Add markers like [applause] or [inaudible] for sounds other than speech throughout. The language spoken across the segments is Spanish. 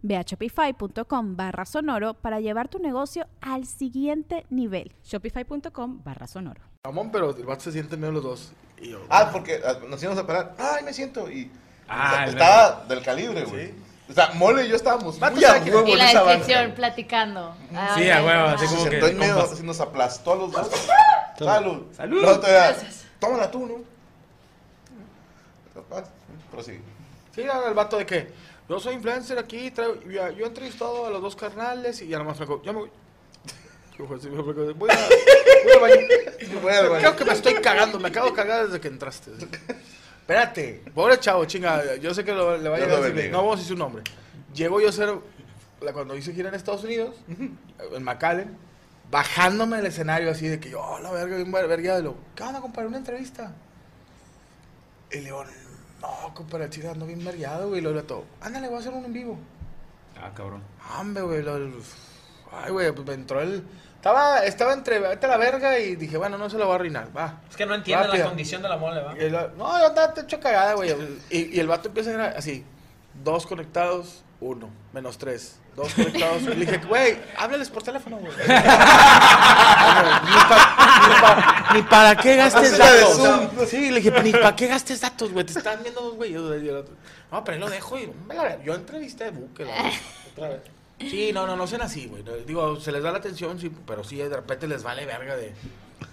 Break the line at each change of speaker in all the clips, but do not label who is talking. Ve a shopify.com barra sonoro para llevar tu negocio al siguiente nivel.
Shopify.com barra sonoro.
Ramón, pero el vato se siente medio los dos. Y yo,
Ah, porque ah, nos íbamos a parar. Ay, me siento. Y
Ah,
o sea,
el
estaba del calibre, güey. O sea, Mole y yo estábamos muy a huevo
Y
en
la
esa banca.
descripción, platicando. Ah,
Sí, a huevo, así
Se
como que.
sentó en medio,
compas.
así nos aplastó a los
[laughs]
dos. Salud.
Salud.
No, todavía,
Gracias.
Tómala tú, ¿no? Capaz. Prosigue. [laughs]
Sí, era el vato de que yo soy influencer aquí, traigo, yo, yo he entrevistado a los dos carnales y ya nomás me dijo, yo me voy. [laughs] Dijo, sí, me voy voy a, voy al baño.
Bueno,
Creo que me estoy cagando, me acabo de cagar desde que entraste. sí. Espérate, pobre chavo, chinga, yo sé que lo- le va a llegar
Dios lo
así de-
bendiga.
No vamos a decir su nombre. Llego yo a ser, la- cuando hice gira en Estados Unidos, en McAllen, bajándome del escenario así de que yo, "Oh, la verga, bien ver- vergueado, y lo, ¿qué onda, compadre? Una entrevista. Y le digo, no, compadre, el chile ando bien vergueado, güey, y lo todo. Ándale, voy a hacer un en vivo.
Ah, cabrón.
Hombre, güey, lo- lo- ay, güey, pues me entró el... Estaba, estaba entre, vete a la verga y dije, bueno, no se lo voy a arruinar, va.
Es que no entiende
Rápido.
la condición de la mole, ¿va?
Y el- no, yo andaba hecho cagada, güey. Y, y el vato empieza a grabar así: dos conectados, uno, menos tres. Dos conectados. Le dije, güey, háblales por teléfono, güey. ni, pa- [laughs] ni pa- ni para qué gastes
Hazla de
datos.
Zoom.
sí, le dije, ni para qué gastes datos, güey. Te están viendo dos güeyes. Y el otro, No, pero ahí lo dejo y me la yo entrevisté de buque, la verdad. Otra vez. Sí, no, no, no sean así, güey. Digo, se les da la atención, sí, pero sí, de repente les vale verga de.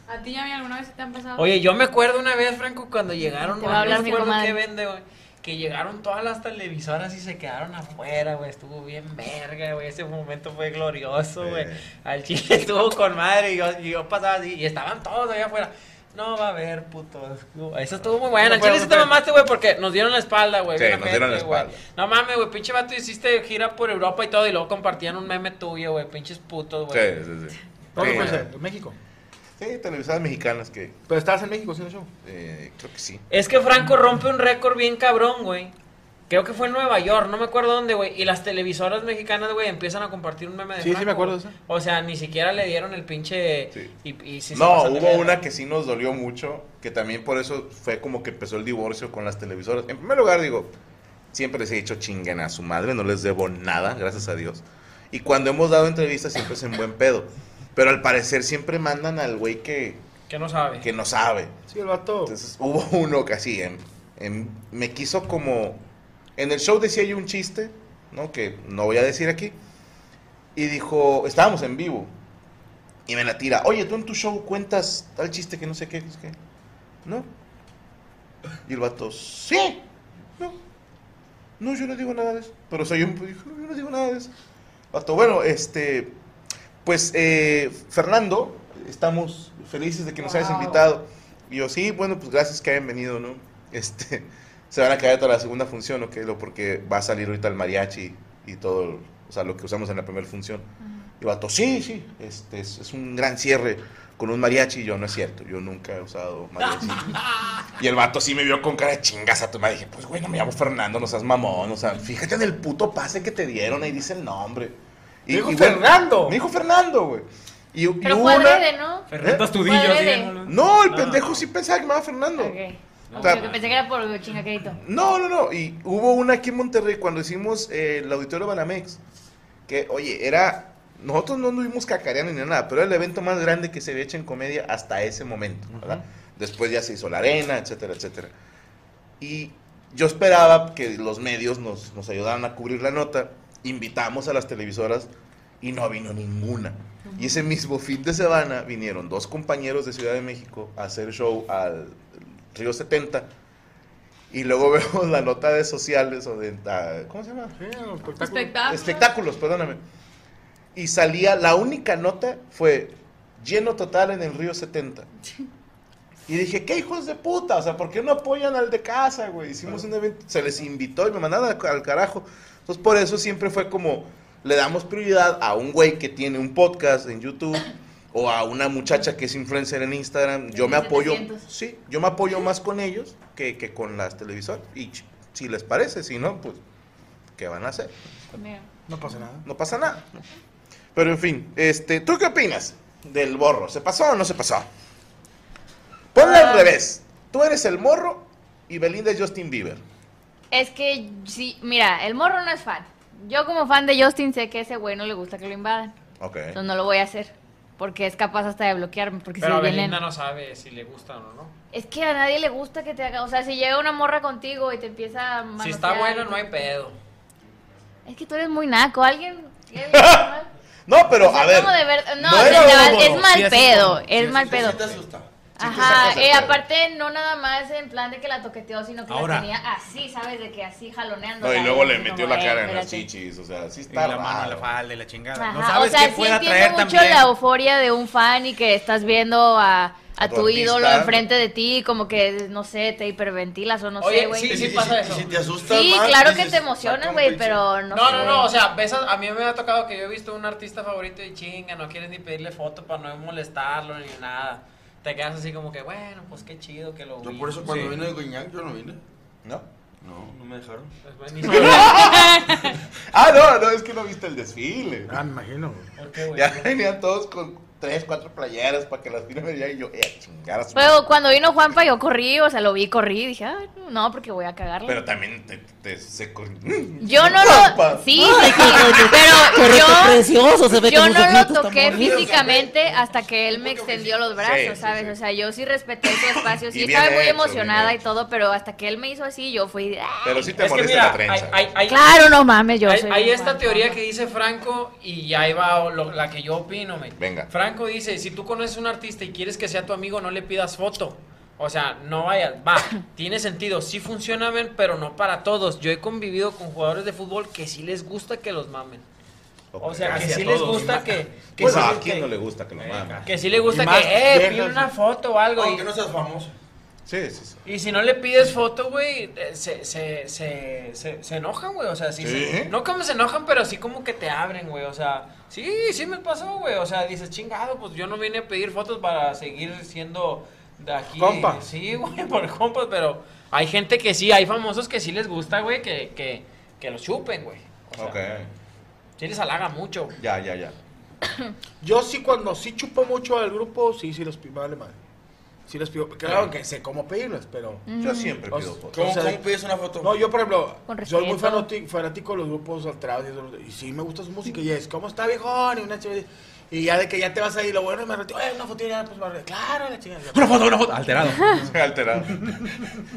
¿A ti, Yami, alguna vez te han pasado?
Oye, yo me acuerdo una vez, Franco, cuando llegaron,
Te va a hablar
no
mi
me acuerdo
comadre.
qué vende, güey. Que llegaron todas las televisoras y se quedaron afuera, güey. Estuvo bien verga, güey. Ese momento fue glorioso, güey. Al chile [laughs] estuvo con madre y yo, y yo pasaba así. Y estaban todos allá afuera. No va a haber, putos. Eso estuvo muy bueno. Al
Bueno,
chile sí te
bueno.
mamaste, güey, porque nos dieron la espalda, güey.
Sí,
bien
nos dieron la
ojete, güey.
espalda.
No mames, güey. Pinche vato hiciste gira por Europa y todo. Y luego compartían un meme tuyo, güey. Pinches putos, güey.
[laughs]
sí, sí.
¿Dónde fue
Sí,
ese? ¿En México?
sí, televisadas mexicanas que
Pero estabas en México, ¿sí, no, show?
eh, creo que sí.
Es que Franco rompe un récord bien cabrón, güey. Creo que fue en Nueva York, no me acuerdo dónde, güey. Y las televisoras mexicanas, güey, empiezan a compartir un meme de
Sí, sí
Franco,
me acuerdo de
güey.
eso.
O sea, ni siquiera le dieron el pinche...
Sí.
y- y sí se
no,
pasan de
hubo
verga.
una que sí nos dolió mucho, que también por eso fue como que empezó el divorcio con las televisoras. En primer lugar, digo, siempre les he dicho chinguen a su madre, no les debo nada, gracias a Dios. Y cuando hemos dado entrevistas siempre es en buen pedo. Pero al parecer siempre mandan al güey que,
Que no sabe.
que no sabe.
Sí, el vato.
Entonces hubo [laughs] uno que así, em- em- me quiso como... En el show decía yo un chiste, ¿no? Que no voy a decir aquí. Y dijo, estábamos en vivo. Y me la tira, oye, tú en tu show cuentas tal chiste que no sé qué, es que... ¿No? Y el vato, sí. No. No, yo no digo nada de eso. Pero soy un... Dijo, no, yo no digo nada de eso. Vato, bueno, este... Pues, eh, Fernando, estamos felices de que nos hayas
Wow.
invitado. Y yo, sí, bueno, pues gracias que hayan venido, ¿no? Este, se van a quedar toda la segunda función, ¿ok? Lo- Porque va a salir ahorita el mariachi y todo, o sea, lo que usamos en la primera función. Y el vato, sí, sí, este, es, es un gran cierre con un mariachi. Y yo, no es cierto, yo nunca he usado mariachi. y el vato sí me vio con cara de chingas a tu madre. Dije, pues, güey, no me llamo Fernando, no seas mamón, o sea, fíjate en el puto pase que te dieron, ahí dice el nombre.
Me dijo
bueno,
Fernando.
Me dijo Fernando, güey. Y, y
Pero
hubo
fue
una-
adrede, ¿no?
¿Eh?
Fernando Astudillo,
Madre
así,
de-
¿no?
No, el pendejo sí pensaba que me llamaba Fernando.
Ok.
No.
Ok, ok, pensé que era por chingaquerito.
No, no, no. Y hubo una aquí en Monterrey cuando hicimos eh, el auditorio Banamex. Que, oye, era. Nosotros no anduvimos cacareando ni nada, pero era el evento más grande que se había hecho en comedia hasta ese momento, ¿verdad? Después ya se hizo la arena, etcétera, etcétera. Y yo esperaba que los medios nos, nos ayudaran a cubrir la nota. Invitamos a las televisoras y no vino ninguna. Y ese mismo fin de semana vinieron dos compañeros de Ciudad de México a hacer show al Río 70. Y luego [laughs] vemos la nota de sociales o de... ah, ¿Cómo se llama?
Sí, o espectáculo.
Espectáculo.
Espectáculos, perdóname. Y salía, la única nota fue lleno total en el Río 70. Y dije, ¿qué hijos de puta? O sea, ¿por qué no apoyan al de casa, güey? Hicimos un evento, se les invitó y me mandaron al, al carajo. Entonces, por eso siempre fue como, le damos prioridad a un güey que tiene un podcast en YouTube o a una muchacha que es influencer en Instagram. Yo me apoyo,
700.
sí, yo me apoyo más con ellos que, que con las televisoras. Y ch- si les parece, si no, pues, ¿qué van a hacer?
Mira.
No pasa nada.
No pasa nada. ¿no? Pero en fin, este, ¿tú qué opinas del borro? ¿Se pasó o no se pasó? Ponle
Ah.
al revés. Tú eres el morro y Belinda es Justin Bieber.
Es que, sí, mira, el morro no es fan. Yo como fan de Justin sé que a ese güey no le gusta que lo invadan.
Ok.
Entonces no lo voy a hacer. Porque es capaz hasta de bloquearme. Porque
Pero
si vienen...
Belinda no sabe si le gusta o no.
Es que a nadie le gusta que te haga. O sea, si llega una morra contigo y te empieza a.
Si
manosear
está
y
bueno,
te-
no hay pedo.
Es que tú eres muy naco. Alguien. alguien- o
No, pero
sea,
a ver.
como de ver- No,
no
o sea,
era
te
lo
va-
bueno,
es mal
sí, así
pedo.
como-
es
sí,
mal
así
pedo.
como-
Ajá,
sacas el
eh,
pedo.
aparte no nada más en plan de que la toqueteó, sino que
Ahora.
la tenía así, ¿sabes? De que así jaloneando.
No, y
la-
luego le
como,
metió la
eh,
cara en las
espérate.
chichis. O sea, sí
Y
está
la mano en la
raro.
falda y la chingada. No
Ajá,
sabes
o sea,
qué
sí
pueda
entiendo
traer
mucho
también.
la euforia de un fan y que estás viendo a, a
tu
tu
artista.
ídolo enfrente de ti, como que, no sé, te hiperventilas o no
Oye,
sé, güey.
sí,
Y
sí
si-
pasa
y
eso.
Si te asustas
Sí,
más,
claro que
dices,
te emocionas,
saca un
güey,
pinche-
pero no
No,
sé.
no, no, o sea, ves a, a mí me ha tocado que yo he visto un artista favorito y chinga, no quieres ni pedirle foto para no molestarlo ni nada. Te quedas así como que, bueno, pues qué chido que lo vi.
Yo por eso cuando vine de Coñac, yo no vine.
¿No?
No, no me dejaron.
Pues, bueno,
[laughs]
ni-
Ah, no, no, es que no viste el desfile.
Ah, me imagino, güey.
¿Por qué, güey?
Ya venían todos con tres, cuatro playeras para que las firme y yo, eh, a chingar a su madre.
Pero cuando vino Juanpa yo corrí, o sea, lo vi, corrí, dije, ah, no, porque voy a cagarla.
Pero también te, te- se cor-
yo no
Juanpa.
lo... Sí, sí, sí, pero
Pero está
yo...
precioso, se ve
Yo
con sus
no lo
ojitos tan
toqué
bonitos.
físicamente hasta que él me extendió los
Sí, sí,
brazos, ¿sabes?
sí.
O sea, yo sí respeté
[laughs]
su espacio,
Y
sí
bien
estaba muy
hecho, bien
emocionada y
hecho.
todo, pero hasta que él me hizo así, yo fui... "Ah".
Pero sí te
Es que
molesta
mira,
la trenza.
hay, hay- hay-
Claro, no mames, yo
hay,
soy
hay
bien
esta
fan,
teoría
¿no?
que dice Franco y ahí va lo- la que yo opino, men.
Venga.
Franco dice, si tú conoces a un artista y quieres que sea tu amigo, no le pidas foto. O sea, no vayas, va,
[laughs]
tiene sentido, sí funciona, men, pero no para todos. Yo he convivido con jugadores de fútbol que sí les gusta que los mamen. O sea,
Casi
que
a
sí les
todos,
gusta
y
que... que
Pues
sí
a
les-
quién
que-
no le gusta que lo mamen.
Que sí le gusta
Y más
que, eh,
viejas,
pide
¿no?
una foto o algo.
Aunque
y-
no seas famoso.
Sí, sí, sí.
y si no le pides foto, güey, eh, se, se, se, se, se enojan, güey. O sea, sí.
¿Sí?
se- no como se enojan, pero sí como que te abren, güey. O sea, sí, sí me pasó, güey. O sea, dices, chingado, pues yo no vine a pedir fotos para seguir siendo de aquí.
Compa.
Sí, güey, [laughs] por compas, pero hay gente que sí, hay famosos que sí les gusta, güey, que, que, que los chupen, güey. O sea,
Ok.
Sí les halaga mucho.
Ya, ya, ya.
Yo sí, cuando sí chupo mucho al grupo, sí, sí los pido, vale madre. Sí los pido, claro que sé cómo pedirlos, pero...
Yo siempre
O
pido
sea,
fotos.
¿Cómo,
O sea,
cómo pides una foto?
No, yo por ejemplo,
Con
soy muy
respeto.
fanático, fanático de los grupos alterados y, eso, y sí me gusta su música y es, ¿cómo está viejón? Y una chévere- y ya de que ya te vas ahí, lo bueno, y me retiro, "Oye, una foto y ya, pues, me retiro". claro, la chingada.
Una foto, una
[laughs]
foto. Alterado.
Estoy alterado.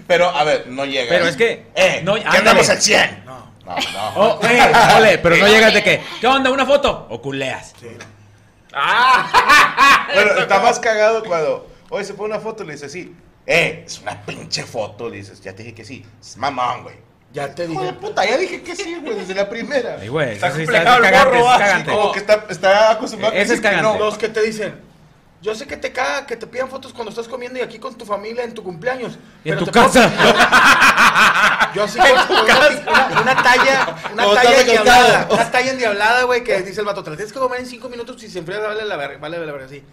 Pero, a ver, no llega.
Pero es que-
¡Eh!
no,
¡Que
ándale.
andamos al 100!
No.
No, no.
Oh, eh, ole, pero no llegas
eh,
de que, ¿qué onda? ¿Una foto? O culeas.
¡Ah!
Bueno, está más cagado cuando. Oye, se pone una foto y le dices, sí. ¡Eh! Es una pinche foto. Le dices, ya te dije que sí. Es mamón, güey.
Ya te
Hijo de
dije.
puta, ya dije que sí, güey, desde la primera.
Ay, güey,
Está
eso sí está-
complejado
es
el
cagante,
morro,
es
ah,
cagante.
Como que está, está acostumbrado a
Ese es
decir que no.
cagante.
Los que te dicen, yo sé que te caga que te pidan fotos cuando estás comiendo y aquí con tu familia en tu cumpleaños.
Y en
pero
tu
te puedo
casa.
[laughs] Yo así como como una, una- una talla, una
Como
talla
estás
endiablada,
acostado.
una talla endiablada, güey, que dice el vato, te la tienes que comer en cinco minutos si se enfría, vale la verga, vale la verga, así.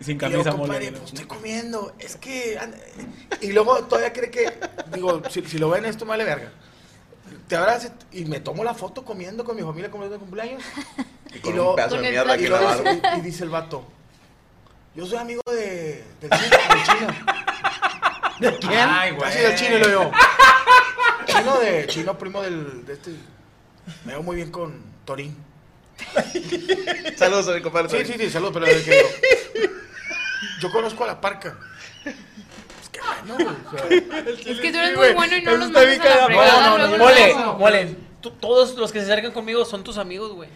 Sin
Y luego,
camisa
compadre,
mole.
pues estoy comiendo, es que... and- Y luego todavía cree que, digo, si, si lo ven esto, me vale verga. Te abrazas y me tomo la foto comiendo con mi familia como de cumpleaños.
Y con
Y luego-
un pedazo
con
de
el
mierda
plato.
que
Y,
la
luego
barba.
[laughs] dice, y dice el vato, yo soy amigo de, del chino, del chino. [laughs] ¿De quién?
Ay, güey.
Así del chino lo veo. Chino de, chino primo del, de este, me veo muy bien con Torín.
Saludos a mi compadre.
Sí, sí, sí, salud, pero de que yo, yo conozco a la parca. Pues qué bueno, güey, o sea.
Es que tú eres muy bueno y no
Eso
los
está
mandas
bien
a la
cagado. No,
fregada.
no, no,
luego,
mole,
luego.
mole. tú- todos los que se acercan conmigo son tus amigos, güey.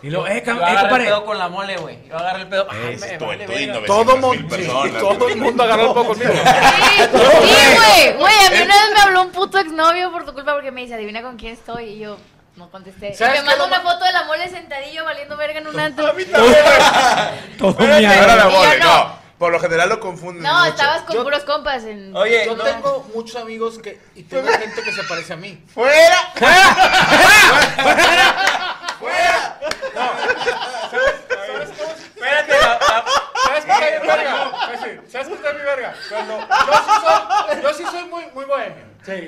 Y luego, eh,
Yo
cam- eh,
agarré el
compadre.
pedo con la mole, güey. Yo agarré el pedo. Ay,
Es
me
Tú,
vale
tú
verga.
y 900
Todo,
Pues mil
mon- sí,
personas,
todo
güey.
el mundo agarró el
[laughs]
poco conmigo.
Sí, güey. Güey, a mí una vez me habló un puto exnovio por tu culpa porque me dice, adivina con quién estoy. Y yo no contesté. Y
¿Sabes
me
qué
mandó
lo
una
ma-
foto de la mole sentadillo valiendo verga en un antro.
Todo
Espérate,
miado.
ahora la mole,
Yo
no.
no.
Por lo general lo confunden.
No,
mucho.
estabas con
Yo-
puros compas. En...
Oye,
Yo
no.
[laughs] tengo muchos amigos que, y tengo gente que se parece a mí.
¡Fuera!
Espérate, la- la-
¿Sabes qué está bien verga? ¿Sabes qué está bien verga? Cuando yo sí soy, yo sí soy muy, muy bohemio. [laughs]
eh,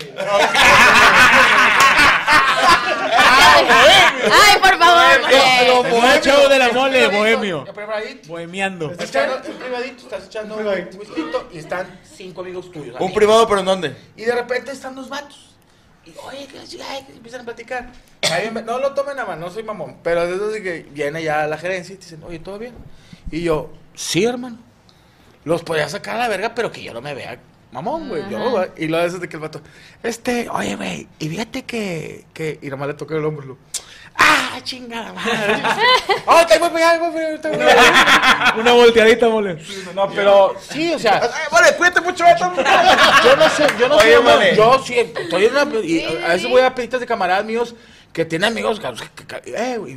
Ay, ay,
[laughs]
por favor,
Lo
hombre.
bohemio show de la mole,
Estoy
bohemio.
privadito,
Bohemiando.
Estás echando un privadito, estás echando un whiskito y están cinco amigos tuyos.
Un
amigos.
privado, pero ¿en dónde?
Y de repente están dos vatos. Y oye, que la chingada, y empiezan a platicar. A mí me- no lo tomen a mano, no soy mamón. Pero desde que viene ya la gerencia y te dicen, oye, ¿todo bien? Y yo, sí, hermano. Los podía sacar a la verga, pero que yo no me vea mamón, güey. Yo, güey. Y luego desde que el vato, este, oye, güey, y fíjate que, que. Y nomás le toqué el hombro. y luego, ¡Ah, chingada [laughs] madre! ¡Oh, te voy a pegar, güey! te voy a pegar".
[laughs] Una volteadita, mole.
No, pero sí, o sea.
Eh, Mole, cuídate mucho, vato.
Yo no sé, yo no
Oye,
sé, amor,
mane.
yo sí, estoy en una, y
Sí,
a veces
sí.
voy a peditas de camaradas míos que tienen amigos, que- que- que- eh, güey,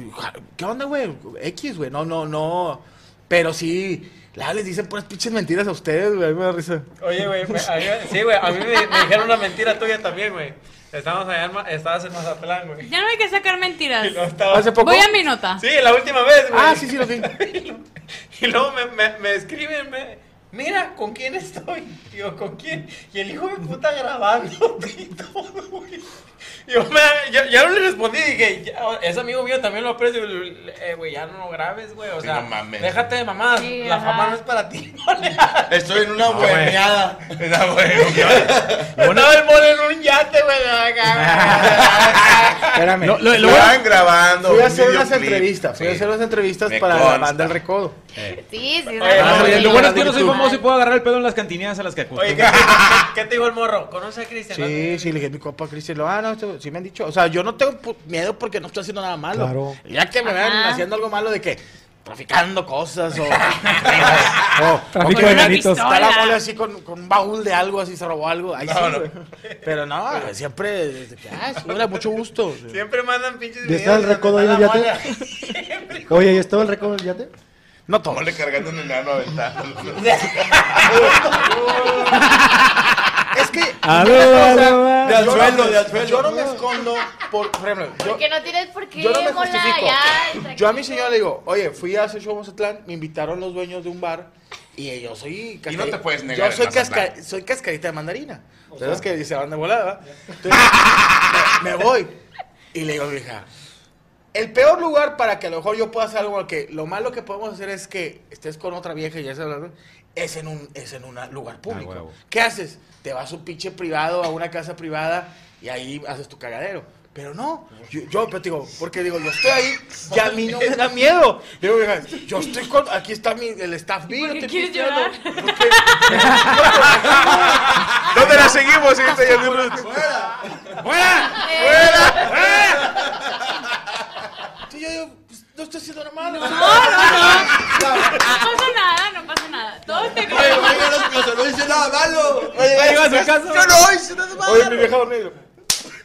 ¿qué onda, güey? X, güey, no, no, no, pero sí, la les dicen puras pinches mentiras a ustedes, güey, a mí me da risa.
Oye, güey. me- a mí- Sí, güey. A mí me, me dijeron una mentira tuya también, güey. Estábamos allá en Ma- estabas en Mazatlán, güey.
Ya no hay que sacar mentiras.
Y luego
Ah.
estaba-
¿Hace poco?
Voy a mi nota.
Sí, la última vez, güey.
Ah, sí, sí, lo vi.
Y luego me, me, me escriben, me- mira, ¿con quién estoy? Y Yo, ¿con quién? Y el hijo de puta grabando [laughs] y todo, güey. Y Yo, me- yo- ya no le respondí, dije, ya, ese amigo mío también lo aprecio. Le- le- eh, Güey, ya no lo grabes, güey. O
Sí, no
sea,
mames.
déjate de mamadas.
Sí,
la
ajá.
fama no es para ti, [laughs] mole.
Estoy en
Ah,
una bohemeada.
[laughs] No, güey, ¿qué vale?
Estaba el mole en un yate, güey. acá, güey.
Espérame.
No, lo-
Lo van grabando.
fui a
un
hacer unas
videoclip.
entrevistas, fui a
Sí.
hacer unas entrevistas
Me
para la
consta.
banda del recodo.
Sí, sí.
Oye,
no,
Ah,
no,
sí,
no,
lo
no,
bueno
no,
es que yo no soy
no,
famoso y
no.
puedo agarrar el pedo en las cantineas a las que
Oye, ¿qué,
acostumbro.
qué, qué te dijo el morro? ¿Conoce a Cristian?
Sí, sí, le dije a mi copa Cristian, lo, ah, no, esto- sí me han dicho. O sea, yo no tengo pu- miedo porque no estoy haciendo nada malo.
Claro.
Ya que me
Ajá.
ven haciendo algo malo de que traficando cosas
[laughs]
o. [laughs] o- o
Tráfico
que
Oh, de
me-
nenitos.
Está la mole así con, con un baúl de algo, así se robó algo. Ahí
No,
sí,
no.
güey. Pero no, siempre. desde que, ah, sí, hola, mucho gusto.
Siempre mandan pinches
¿Y está el
videos
recodo
donde
ahí en el
está la
yate? Oye, ¿y estaba el recodo en el yate?
No todo.
Mole cargando un enano a [laughs] ventana.
Es que.
[laughs]
Aló, aló, aló.
De al sueldo, de al
suelo.
sueldo.
Yo no me escondo por. Por ejemplo, yo,
Porque no tienes por qué,
Yo no me
mola,
justifico.
ya,
Yo a mi señora le digo, oye, fui a hacer show a Mazatlán, me invitaron los dueños de un bar y yo soy
Y no te puedes negar
Yo
en
soy,
Mazatlán.
casca- soy cascarita de mandarina. Entonces Pues que se van de [laughs] volada. ¿verdad? Entonces, me, me voy. Y le digo, hija, el peor lugar para que a lo mejor yo pueda hacer algo que lo malo que podemos hacer es que estés con otra vieja y ya sabes, ¿no? es en un es en un lugar público.
huevo.
¿Qué haces? Te vas a un pinche privado, a una casa privada y ahí haces tu cagadero. Pero no, yo, yo, pero te digo, porque digo, yo estoy ahí y a mí no me da miedo. Digo, "Oiga, yo estoy con, aquí está mi, el staff mío.
por qué
te
quieres
estoy diciendo".
¿Dónde la seguimos?
este
Siguiente, Jordi Ruth? ¡Fuera!
¡Eh! Sí, yo digo, "Pues, no estoy haciendo nada malo.
[laughs]
No pasa nada, no pasa nada. Todos te
Oye,
creemos.
oye, no, no, no hice nada malo.
Ahí va su casa.
Yo no hice nada más.
Oye, mi vieja dormida.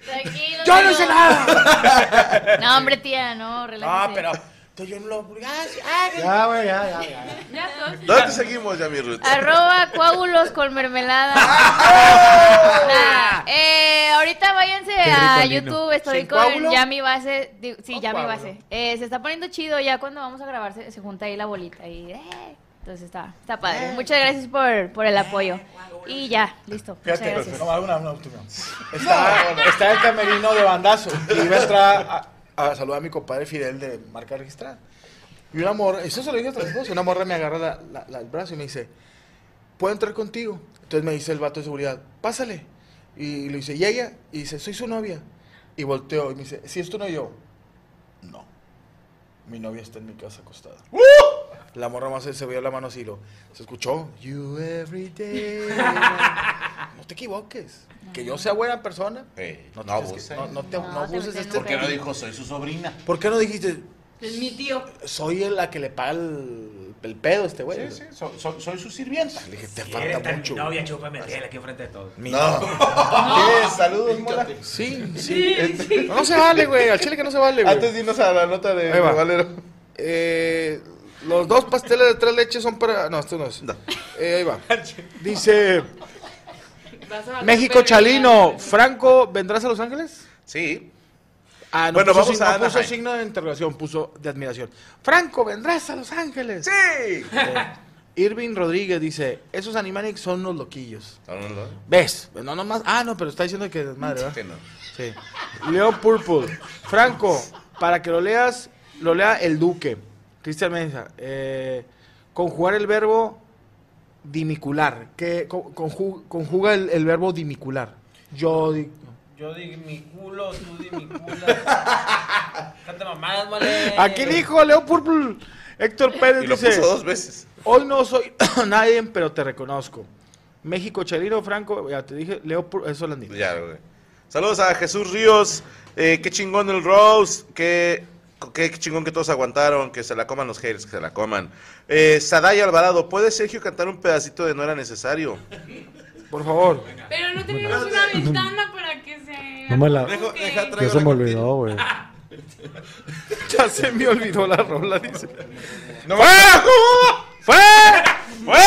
Tranquilo,
Yo no
tío.
hice nada. [laughs]
No, hombre, tía, no, relájate.
No, Ah, pero entonces yo no lo. Ah, sí, ah, que-
Ya, güey, ya, ya, ya.
Ya todos.
¿Dónde te seguimos, Yami Ruth?
Ah. Arroba coágulos con mermelada. Nah, eh, ahorita váyanse a
rico, Nino.
YouTube. Estoy
¿Sin
con
coágulo?
ya mi base. di- sí,
Con
ya mi
coágulo.
base. Eh, se está poniendo chido. Ya cuando vamos a grabar se, se junta ahí la bolita. Y, eh, entonces está, está padre. Muchas gracias por, por el apoyo. Y ya, listo. Muchas gracias.
No, alguna, una última. Está, está el camerino de bandazo. Y iba a entrar a, a saludar a mi compadre Fidel de marca registrada. Y una morra, eso se lo dije a tu esposa, una morra me agarra la- la- la- el brazo y me dice, ¿puedo entrar contigo? Entonces me dice el vato de seguridad, pásale. Y le dice, ¿y ella? Y dice, soy su novia. Y volteo y me dice, ¿si es tu novia? Y yo, no. Mi novia está en mi casa acostada.
¡Uh!
La morra más se veía la mano así, lo, se escuchó. You every day. no te equivoques. Que yo sea buena persona.
Eh,
No, te
no
tienes que-
abuses.
no, no te,
No,
no abuses
te
este
meten en
¿Por qué,
pedo.
dijo, soy su sobrina?
no dijiste,
Es mi tío.
Soy la que le paga el, el pedo a este güey.
Pues,
Ah,
Sí, sí, so- so- soy, su sirvienta.
Le dije, te
Si eres
falta
tan-
mucho.
No, ya chúpame el aquí enfrente de todos.
Mi-
[laughs] No. ¿Qué? Saludos, Mola.
Sí, sí. Eh,
Sí, sí.
No se vale, güey. Al chile que no se vale, güey.
Antes de irnos a la nota de,
Ahí va.
de Valero.
Eh, los dos pasteles de tres leches son para. No, esto no es. Eh, ahí va. Dice
Vas a bajar
México
perrera.
Chalino, Franco, ¿vendrás a Los Ángeles?
Sí.
Ah,
Bueno,
puso
vamos
signo-
a
no puso
Anaheim.
signo de interrogación, puso de admiración. Franco, ¿vendrás a Los Ángeles? Eh,
Sí.
Irving Rodríguez dice, esos Animaniacs son los loquillos.
No, no, no.
¿Ves? No nomás. Ah, no, pero está diciendo que es madre, ¿verdad?
Sí, no.
Sí. León Purple. Franco, para que lo leas, lo lea el Duque. Cristian Mesa. eh, conjugar el verbo dimicular. Que co- conju- conjuga el, el verbo dimicular. Yo. di-
Yo di mi culo, tú di
[laughs]
mi cula. Canta mamadas, vale.
Eh, Aquí dijo León Purple. Héctor Pérez
Y lo
dice:
puso dos veces.
Hoy no soy [coughs] nadie, pero te reconozco. México, Chelino, Franco. Ya te dije, Leo Purple. Eso lo han dicho.
Ya, güey. Saludos a Jesús Ríos. Eh, qué chingón el Rose. Qué, qué chingón que todos aguantaron. Que se la coman los haters, que se la coman. Eh, Sadaya Alvarado, ¿puede Sergio cantar un pedacito de No era necesario?
Por favor.
Pero no tenemos una ventana para que se.
No me la-
acomode.
Deja- deja-
Ah, Ya se me olvidó, güey.
Ya se me olvidó la rola, dice.
¡No! ¡Fue! ¡Fue!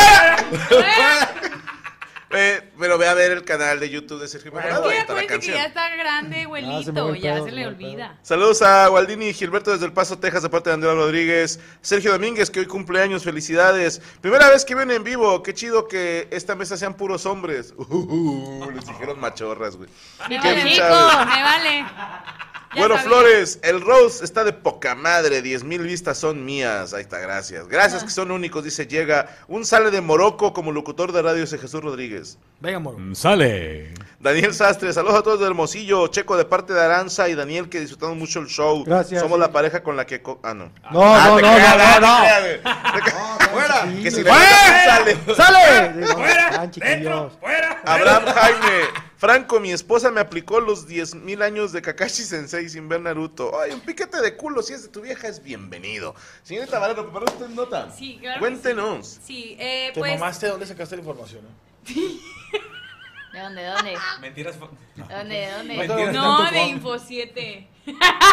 Eh, pero ve a ver el canal de YouTube de Sergio Mejorado.
Sí,
Ahí está la
acuérdate que
canción.
ya está grande,
Ah, se me va
abuelito.
el
Ya
pedo,
se
se
le
me va el
olvida.
Saludos a Waldini y Gilberto desde El Paso, Texas, de parte de Andrea Rodríguez. Sergio Domínguez, que hoy cumple años, felicidades. Primera vez que ven en vivo, qué chido que esta mesa sean puros hombres. [laughs] Uh, les dijeron machorras, güey.
Me
Qué
vale, chico,
chavo.
me vale. Ya
bueno,
sabía.
Flores, el Rose está de poca madre, 10 mil vistas son mías. Ahí está, gracias. Gracias que son únicos, dice Llega. Un sale de Morocco como locutor de radio, dice Jesús Rodríguez.
Venga, moro.
Sale.
Daniel Sastre, saludos a todos de Hermosillo, Checo de parte de Aranza y Daniel que disfrutamos mucho el show.
Gracias.
Somos la pareja con la que... co- ah, no.
No,
Ah,
no,
te
no,
creas,
no, no,
ah, te
no.
creas, güey. Te creas.
¡Fuera!
Sí,
Que si
güey.
la neta sale.
¡Sale! Sí, no,
¡Fuera!
están
¡Dentro!
chiquillos.
¡Fuera!
Abraham Jaime, Franco, mi esposa me aplicó los 10.000 años de Kakashi Sensei sin ver Naruto. Ay, un piquete de culo, si es de tu vieja, es bienvenido. Señorita Valero, ¿preparó usted nota?
Sí, claro. que
Cuéntenos.
Sí, Sí, eh,
Te
pues.
mamaste dónde sacaste la información. eh?
¿De dónde? ¿De dónde?
[laughs] Mentiras. fu- no.
¿De dónde? ¿De dónde?
Mentira.
No,
Tanto
de
con-
Info 7.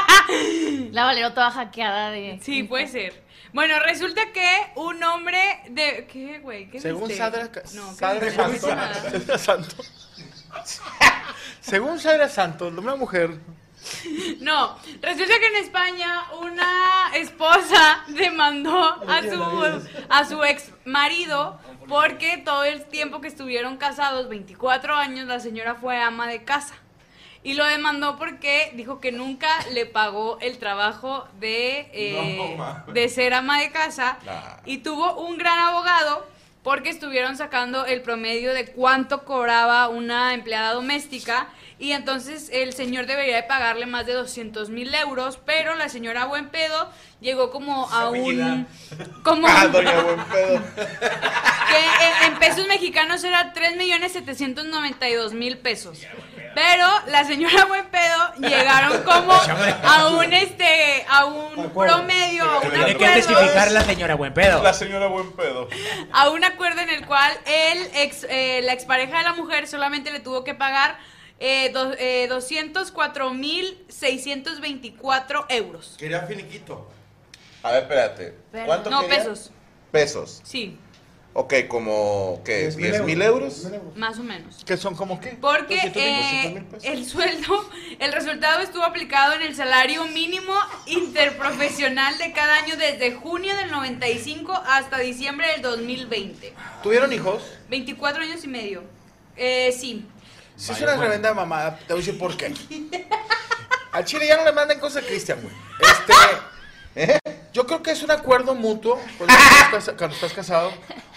[laughs] La Valero toda hackeada de...
Sí, puede ser. Bueno, resulta que un hombre de. ¿Qué, güey? ¿Qué
Según
Este,
viste?
Sadra,
No, ¿qué
Sadra
viste? No
Santos.
viste
Sadra
[laughs]
nada.
Santos. Según Sadra Santos, una mujer.
No, resulta que en España una esposa [laughs] demandó a su, a su ex marido porque todo el tiempo que estuvieron casados, 24 años, la señora fue ama de casa. Y lo demandó porque dijo que nunca le pagó el trabajo de, eh, de ser ama de casa. Y tuvo un gran abogado porque estuvieron sacando el promedio de cuánto cobraba una empleada doméstica. Y entonces el señor debería de pagarle más de 200 mil euros, pero la señora Buen Pedo llegó como a un... Como
[laughs] Ah, doña buen pedo.
que en- en pesos mexicanos era 3.792.000 pesos. Pero la señora Buen Pedo llegaron como a un este a un
Acuerdo.
promedio, a un
Tiene que
acuerdo,
testificar la señora buen pedo.
La señora buen pedo.
a un acuerdo en el cual el ex, eh, la expareja de la mujer solamente le tuvo que pagar eh, dos- eh, 204.624 euros.
Quería finiquito.
A ver, espérate.
Pero-
¿Cuánto
No,
quería?
pesos.
Pesos.
Sí,
Ok, como, ¿qué?
10,000
¿10 mil euros?
más o menos.
¿Qué son como qué?
Porque
200 mil, 200 mil
eh,
pesos.
el sueldo, el resultado estuvo aplicado en el salario mínimo interprofesional de cada año desde junio del 95 hasta diciembre del 2020.
¿Tuvieron hijos?
24 años y medio. Eh, sí.
Sí, es una tremenda mamada. Te voy a decir por qué. Al Chile ya no le mandan cosas a Cristian, güey. Este. ¿eh? Yo creo que es un acuerdo mutuo cuando estás, casa- cuando estás casado.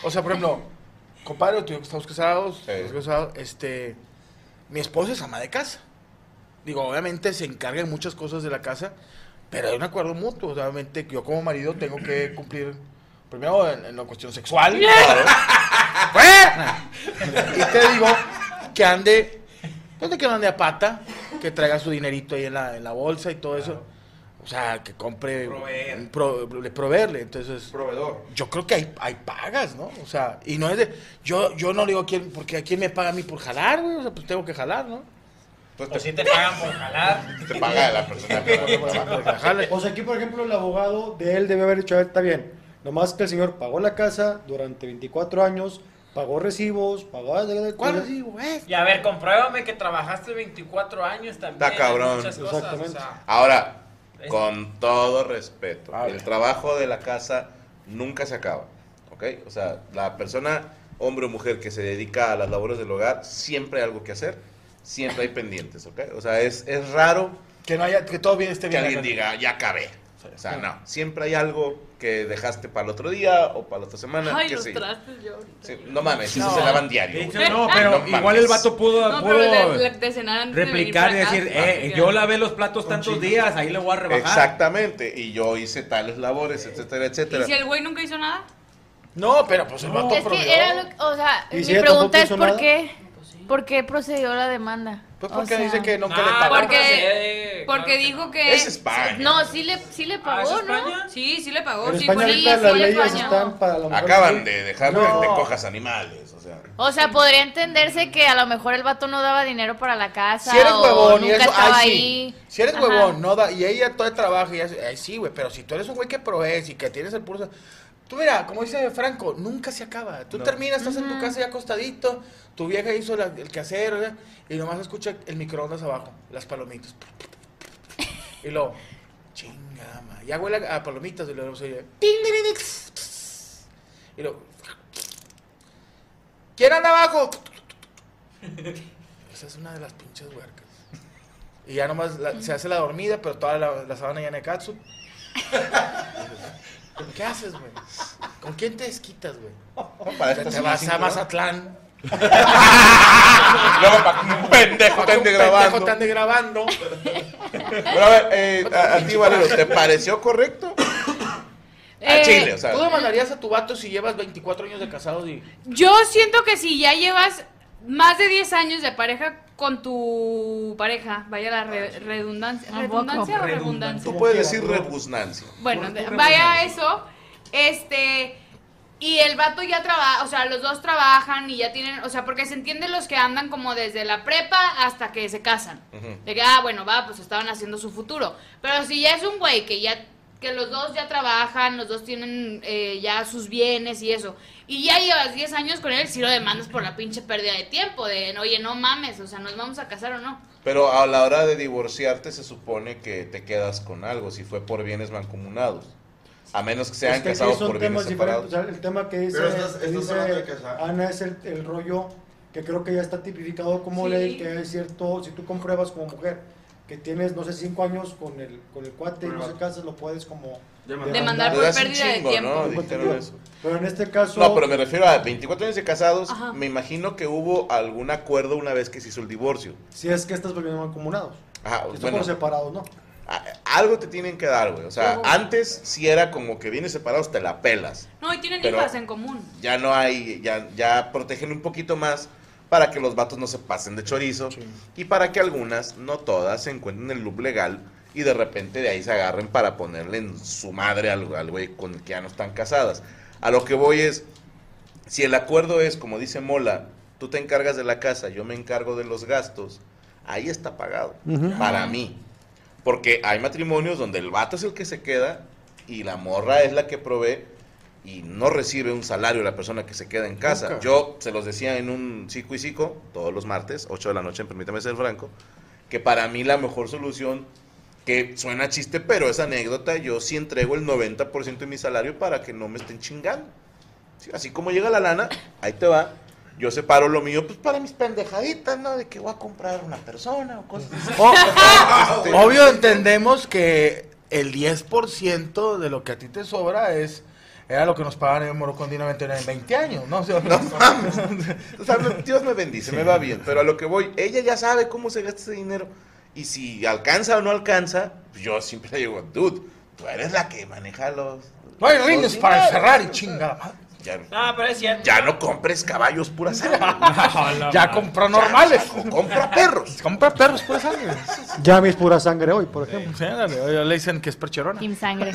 O sea, por ejemplo, compadre, tú y yo que estamos casados,
Sí.
estamos casados, este. Mi esposa es ama de casa. Digo, obviamente se encarga de muchas cosas de la casa, pero hay un acuerdo mutuo. O sea, Obviamente, yo como marido tengo que cumplir, primero en, en la cuestión sexual. Claro. [laughs] y te digo que pues, ande, ¿dónde que no ande a pata? Que traiga su dinerito ahí en la, en la bolsa y todo eso. O sea, que compre. un pro- le- proveerle. Entonces.
Proveedor.
Yo creo que hay, hay pagas, ¿no? O sea, y no es de. Yo, yo no digo a quién, porque a quién me paga a mí por jalar, güey. O sea, pues tengo que jalar, ¿no?
Pues te,
te pagan por jalar.
te paga la persona. que-
[laughs]
O sea, aquí, por ejemplo, el abogado de él debe haber dicho, a ver, está bien, nomás que el señor pagó la casa durante 24 años, pagó recibos, pagó...
¿Cuál recibo? Eh,
Y a ver, compruébame que trabajaste 24 años también.
Está cabrón.
Muchas cosas, o
Exactamente.
sea,
Ahora,
Es-
con todo respeto,
A
el
ver.
trabajo de la casa nunca se acaba, ¿ok? O sea, la persona, hombre o mujer que se dedica a las labores del hogar, siempre hay algo que hacer, siempre hay pendientes, ¿ok? O sea, es, es raro
Que no haya, que todo bien esté
que
bien.
alguien diga, ya acabé. O sea, no, siempre hay algo que dejaste para el otro día o para la otra semana.
Ay,
que
los
sí.
trastes yo. ahorita.
Sí, no mames, eso
No.
se lavan
De
diario.
hecho,
güey. [laughs]
no, pero
Ah, No
igual el
mames.
vato pudo,
No,
pudo
pero de, de- de cenar antes
replicar y
de venir para
decir,
acá,
eh,
porque-
yo lavé los platos tantos días, ahí le voy a rebajar.
Exactamente, y yo hice tales labores, etcétera, etcétera.
¿Y si el güey nunca hizo nada?
No, pero pues el vato
Es que
proveedor.
era lo que, o sea,
¿Y
mi
si ella tampoco
pregunta es
hizo
por
nada?
qué, por qué procedió la demanda.
Pues
O
porque
sea,
dice que nunca
Ah,
no,
le
Ah,
pagó.
no
Porque,
procede, claro
porque
que
dijo
no.
que...
Es España.
No, sí le, sí le
¿Ah,
pagó,
es
¿no?
España?
Sí, sí le pagó.
En
sí,
España
fue-
sí,
ahorita
fue
las
el
leyes
España.
están para la mujer.
Acaban de dejar
No.
que te cojas animales, o sea.
O sea, podría entenderse que a lo mejor el vato no daba dinero para la casa.
Si eres
o
huevón y
nunca
eso,
estaba
ay, sí.
ahí.
Si eres
Ajá.
huevón, no da, y ella todavía trabaja y hace, ay, sí, güey, pero si tú eres un güey que provees y que tienes el pulso. Tú mira, como dice Franco, nunca se acaba. Tú terminas, estás en tu casa ya acostadito, tu vieja hizo la- el quehacer, ¿verdad? y nomás escucha el microondas abajo, las palomitas. Y luego, chinga, ma. Ya huele a palomitas y luego se oye, "Ting, ting, ting, ting". Y luego, ¿quién anda abajo? [laughs] Esa es una de las pinches huercas. Y ya nomás la- se hace la dormida, pero toda la, la sábana llena de [laughs] katsu. ¿Qué haces, güey? ¿Con quién te desquitas, güey?
Ah, Para
Te,
esto
te
sí
vas
me
a
siento, ¿no? Ah,
Mazatlán.
Luego para que un pendejo
Para que un
te
pendejo
grabando.
te ande grabando.
Pero a ver, eh, a, a ti, Valero, ¿te pareció correcto? a
[laughs] Eh,
Chile, o sea.
¿Tú demandarías a tu vato si llevas 24 años de casados y
Yo siento que si ya llevas más de 10 años de pareja con tu pareja, vaya la re- redundancia,
Un
redundancia o
poco.
redundancia.
Tú puedes decir repugnancia.
Bueno,
Por tu
de-
redundancia.
vaya eso, este, y el vato ya trabaja, o sea, los dos trabajan y ya tienen, o sea, porque se entiende los que andan como desde la prepa hasta que se casan.
Ujú.
De que, ah, bueno, va, pues estaban haciendo su futuro. Pero si ya es un güey que ya, que los dos ya trabajan, los dos tienen eh, ya sus bienes y eso, y ya llevas 10 años con él, si lo demandas por la pinche pérdida de tiempo, de, oye, no mames, o sea, nos vamos a casar o no.
Pero a la hora de divorciarte se supone que te quedas con algo, si fue por bienes mancomunados. A menos que sean
Es que aquí
casados
son
por bienes
temas diferentes,
separados.
o sea, el tema que dice,
Pero estás-
que
estás
dice
hablando de casar.
Ana es el, el rollo que creo que ya está tipificado como
Sí.
ley, que es cierto, si tú compruebas como mujer que tienes, no sé, cinco años con el, con el cuate y no se casas, lo puedes como
Demandar.
Demandar por
Le das un
pérdida de
chingo,
tiempo.
¿no?
Por
Dijeron
tiempo.
eso.
Pero en este caso,
No, pero me refiero a 24 años de casados.
Ajá.
Me imagino que hubo algún acuerdo una vez que se hizo el divorcio.
si es que estás volviendo
Ajá,
mancomunados, si estás
Ah, pues bueno,
por separados, ¿no?
a- algo te tienen que dar, güey. O sea, antes si era como que bienes separados te la pelas.
No, y tienen
Pero-
hijas en común.
ya no hay, ya, ya protegen un poquito más para que los vatos no se pasen de chorizo y para que algunas, no todas, se encuentren en el loop legal y de repente de ahí se agarren para ponerle en su madre al, al güey con el que ya no están casadas. A lo que voy es, si el acuerdo es, como dice Mola, tú te encargas de la casa, yo me encargo de los gastos, ahí está pagado, para mí. Porque hay matrimonios donde el vato es el que se queda y la morra es la que provee y no recibe un salario la persona que se queda en casa.
Nunca.
Yo se los decía en un psico y psico, todos los martes, 8 de la noche, permítame ser franco, que para mí la mejor solución, que suena chiste, pero es anécdota, yo sí entrego el 90% de mi salario para que no me estén chingando. Sí, así como llega la lana, ahí te va. Yo separo lo mío, pues para mis pendejaditas, ¿no? De que voy a comprar una persona o cosas así. Este,
Oh, Obvio entendemos que el 10% de lo que a ti te sobra es era lo que nos pagaban en Morocco continuamente en 20 años, ¿no? O sea, [laughs]
No mames. O sea, me- Dios me bendice, me va bien. Pero a lo que voy, ella ya sabe cómo se gasta ese dinero. Y si alcanza o no alcanza, pues yo siempre le digo, dude, tú eres la que maneja los.
No hay
los
rines para el
"Ah,
dineros".
Ferrari, chinga. la madre.
Ya,
No, pero es cierto.
ya no compres caballos pura sangre.
[laughs] Ya compró normales.
compra perros.
Compra perros por sangre.
Ya mis pura sangre hoy, por ejemplo.
Sí, dale, ya le dicen que es percherona.
Team
[laughs]
Sangre.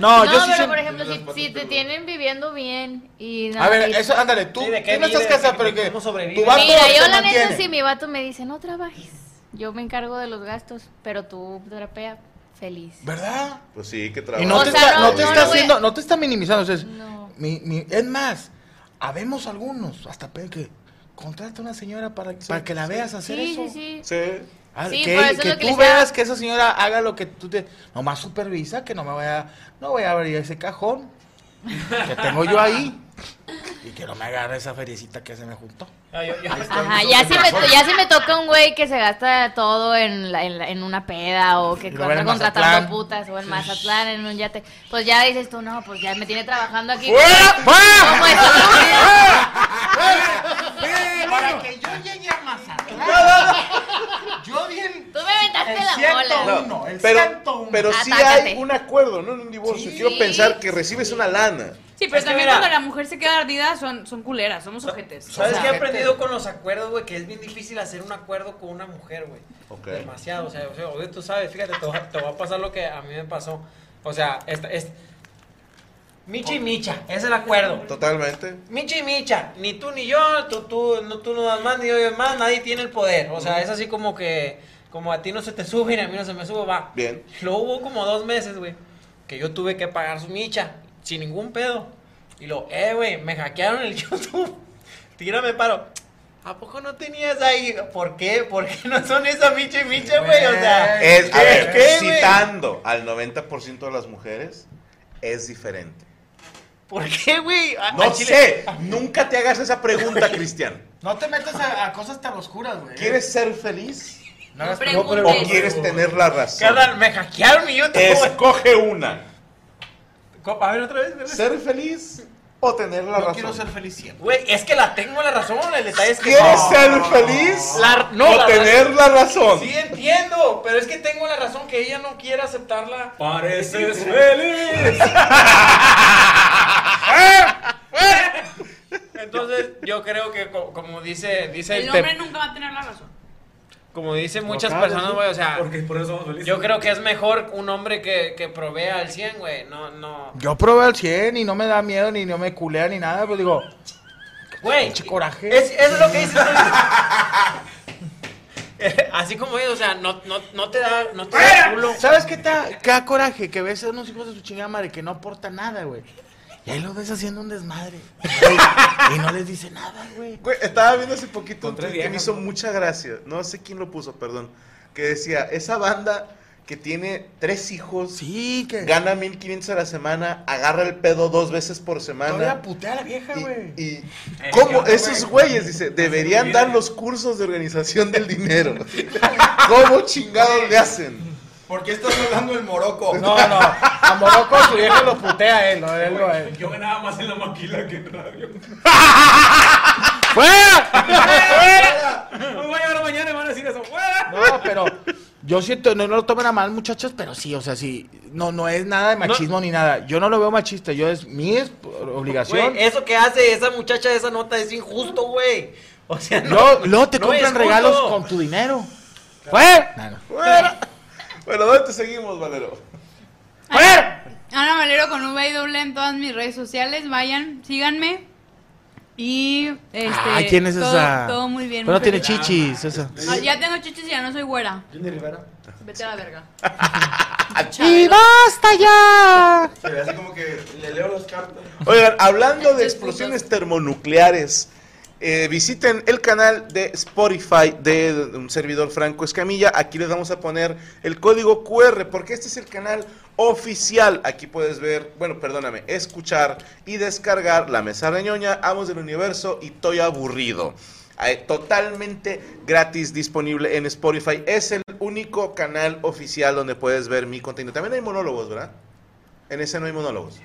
No,
no,
Ah, yo sí.
pero
sé-
por ejemplo, si, si te tienen viviendo bien y nada
A ver,
y-
eso, ándale, tú,
Sí, ¿de qué
tú no estás
vive?
casada, pero
¿Cómo
que
sobrevive?
tu vato
Mira, yo
te
la neta,
mantiene.
si mi vato me dice, no trabajes, yo me encargo de los gastos, pero tú terapea feliz.
¿Verdad?
Pues sí, que
Y
trabaja.
no
O
te
sea,
está,
no-
no te
no
está
lo voy a-
haciendo, no te está minimizando. o sea, es,
No.
mi- mi- es más, habemos algunos, hasta pe- que contrata a una señora para, para que la veas hacer
Sí,
eso.
sí, sí.
Sí.
Ah,
Sí,
que
por eso es
que
lo que
tú
les decía.
veas que esa señora haga lo que tú te. Nomás supervisa que no me vaya. No voy a abrir ese cajón que tengo yo ahí. Y que no me agarre esa feriecita que se me juntó.
No, yo- yo- [laughs]
Ajá, ya si, me, to- ya si me toca un güey que se gasta todo en, la- en, la- en una peda o que
Y luego en
anda contratando
Mazatlán.
putas o en Mazatlán, en un yate, pues ya dices tú, no, pues ya me tiene trabajando aquí.
[laughs] ¡Fuera! [laughs]
Como eso,
Para que yo llegue a Mazatlán. Yo bien.
tú me aventaste
El
la bola.
ciento uno, el ciento
Pero,
uno.
pero sí
Atácate.
hay un acuerdo, ¿no? En un divorcio. Quiero pensar que recibes una lana.
Sí, pero
Es que
también
mira-
cuando la mujer se queda ardida son, son culeras, somos ojetes.
¿Sabes
O
qué he
sea,
aprendido con los acuerdos, güey? Que es bien difícil hacer un acuerdo con una mujer, güey.
Ok.
Demasiado, o sea, o sea, obvio, tú sabes, fíjate, te va, te va a pasar lo que a mí me pasó. O sea, es, es... Micha y Micha, es el acuerdo.
Totalmente.
Micha y Micha, ni tú ni yo, tú, tú, no, tú no das más, ni yo doy más, nadie tiene el poder. O sea, es así como que, como a ti no se te sube y a mí no se me sube, va.
Bien.
Lo hubo como dos meses, güey, que yo tuve que pagar su Micha, sin ningún pedo. Y lo, eh, güey, me hackearon el [laughs] YouTube. Tírame paro. ¿A poco no tenías ahí? ¿Por qué? ¿Por qué no son esa Micha y Micha, güey? O sea,
Es, a
¿qué-
ver,
qué, güey?
citando al 90% de las mujeres, es diferente.
¿Por qué, güey?
Ah,
A-
No
al chile-
sé, nunca te hagas esa pregunta, [laughs] Cristian.
No te metas a, a cosas tan oscuras, güey.
¿Quieres ser feliz
No hagas
Pregunta.
preguntas.
o quieres tener la razón?
Carnal, me hackearon mi YouTube. güey.
Escoge una.
Co- A ver, otra vez, ¿verdad?
¿Ser feliz o tener la
No
razón?
quiero ser feliz siempre.
Güey, es que la tengo la razón, el detalle es que...
¿Quieres
No.
ser feliz
La- no,
o
la
tener la razón?
Sí entiendo, pero es que tengo la razón que ella no quiere aceptarla.
Pareces
[laughs]
feliz.
Eh,
Entonces, yo creo que co- como dice, dice
El hombre nunca va a tener la razón.
como dicen muchas
claro,
personas,
sí.
güey, o sea,
Porque por eso somos felices.
yo creo que es mejor un hombre que, que provea al 100, güey. No, no.
Yo probé al 100 y no me da miedo, ni no me culea, ni nada. Pues digo,
Güey,
Pinche coraje.
Es, es lo que dices. [laughs] Así como ellos, o sea, no, no, no te da, no te da culo.
¿Sabes qué ta- qué da coraje? Que ves a unos hijos de su chingada madre que no aportan nada, güey. Y ahí los ves haciendo un desmadre. y no les dice nada, güey.
Güey, estaba viendo hace poquito un
Con tres
tweet que me
viejas,
hizo
¿no?
mucha gracia. No sé quién lo puso, perdón. Que decía, esa banda que tiene tres hijos,
Sí, que.
gana 1500 a la semana, agarra el pedo dos veces por
Todavía
semana.
putea a la vieja, güey.
Y,
Eh,
y- ¿Cómo?
cabrón,
Esos
güey.
güeyes, dice, deberían
bien,
dar
güey.
los cursos de organización del dinero. [laughs] ¿Cómo chingados le hacen?
¿Por qué estás hablando del moroco?
No, no. A Morocco su vieja lo putea a él, no él no a él.
Yo ganaba más en la maquila que en radio. Me voy a llevar mañana y van a decir eso. ¡Fuera!
No, pero yo siento, no, no lo tomen a mal, muchachos, pero sí, o sea, sí. No, no es nada de machismo ni nada. Yo no lo veo machista, yo es mi es- obligación.
Güey, eso que hace esa muchacha, esa nota es injusto, güey. O sea,
eh,
no.
Luego, luego te
no es
compran
justo.
regalos con tu dinero. ¡Fuera! No, no.
[laughs] Bueno, bueno, ¿dónde te seguimos, Valero?
¡Fuera!
Ana Valero con V y doble en todas mis redes sociales. Vayan, síganme. Y este.
Ay, ¿quién es
todo,
esa?
Todo muy bien.
Pero
muy
no tiene
feliz.
chichis, esa.
Ah, ya tengo chichis y ya no soy güera.
Jenny Rivera.
Vete a la
[laughs]
verga.
¡Y basta ya!
Se ve así como que le leo las cartas.
Oigan, hablando de
Tres
explosiones termonucleares, eh, visiten el canal de Spotify de un servidor Franco Escamilla. Aquí les vamos a poner el código QR porque este es el canal oficial. Aquí puedes ver, bueno, perdóname, escuchar y descargar La Mesa de Ñoña, Amos del Universo y Toy Aburrido. Eh, Totalmente gratis disponible en Spotify. Es el único canal oficial donde puedes ver mi contenido. También hay monólogos, ¿verdad? En ese no hay monólogos.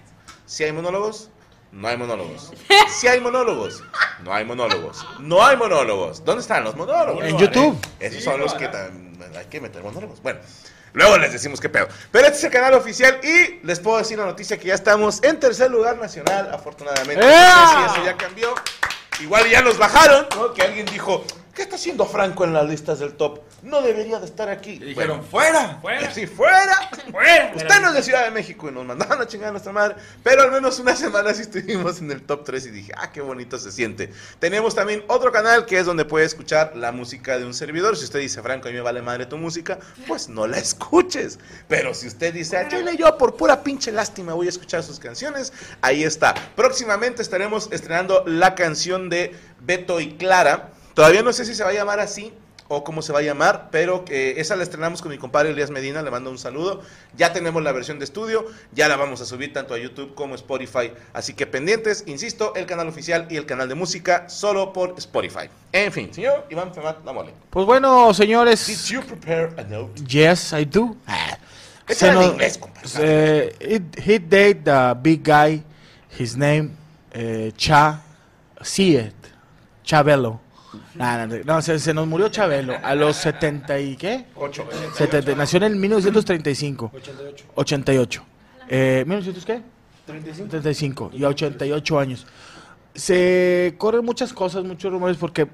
Si hay monólogos, No hay monólogos. Sí hay monólogos. No hay monólogos. No hay monólogos. ¿Dónde están los monólogos?
En YouTube.
Esos
Sí,
son los
no,
que
no.
tan- hay que meter monólogos. Bueno, luego les decimos qué pedo. Pero este es el canal oficial y les puedo decir la noticia que ya estamos en tercer lugar nacional, afortunadamente. No sé si eso ya cambió. Igual ya los bajaron, ¿no? Que alguien dijo, ¿qué está haciendo Franco en las listas del top? No debería de estar aquí. dijeron, fuera, fuera. Sí, fuera, fuera. Usted no es de Ciudad de México y nos mandaron a chingar a nuestra madre. Pero al menos una semana sí estuvimos en el top 3 y dije, ah, qué bonito se siente. Tenemos también otro canal que es donde puede escuchar la música de un servidor. Si usted dice, Franco, a mí me vale madre tu música, pues no la escuches. Pero si usted dice, "A Chile, yo por pura pinche lástima voy a escuchar sus canciones, ahí está. Próximamente estaremos estrenando la canción de Beto y Clara. Todavía no sé si se va a llamar así o cómo se va a llamar, pero que esa la estrenamos con mi compadre Elías Medina, le mando un saludo. Ya tenemos la versión de estudio, ya la vamos a subir tanto a YouTube como a Spotify. Así que pendientes, insisto, el canal oficial y el canal de música solo por Spotify. En fin, señor Iván Femat, la mole.
Pues bueno, señores.
Did you prepare a note?
Yes, I do. Ah.
Échala en
nos-
inglés, compadre.
eh, it- he date the big guy, his name, eh, Cha, see it, Chabelo. Nah, nah, no, se, se nos murió Chabelo a los 70 y qué?
Ocho.
70, nació en el 1935. 88. 88. Eh, ¿1900 qué? 35. y a 88 años. Se corren muchas cosas, muchos rumores, porque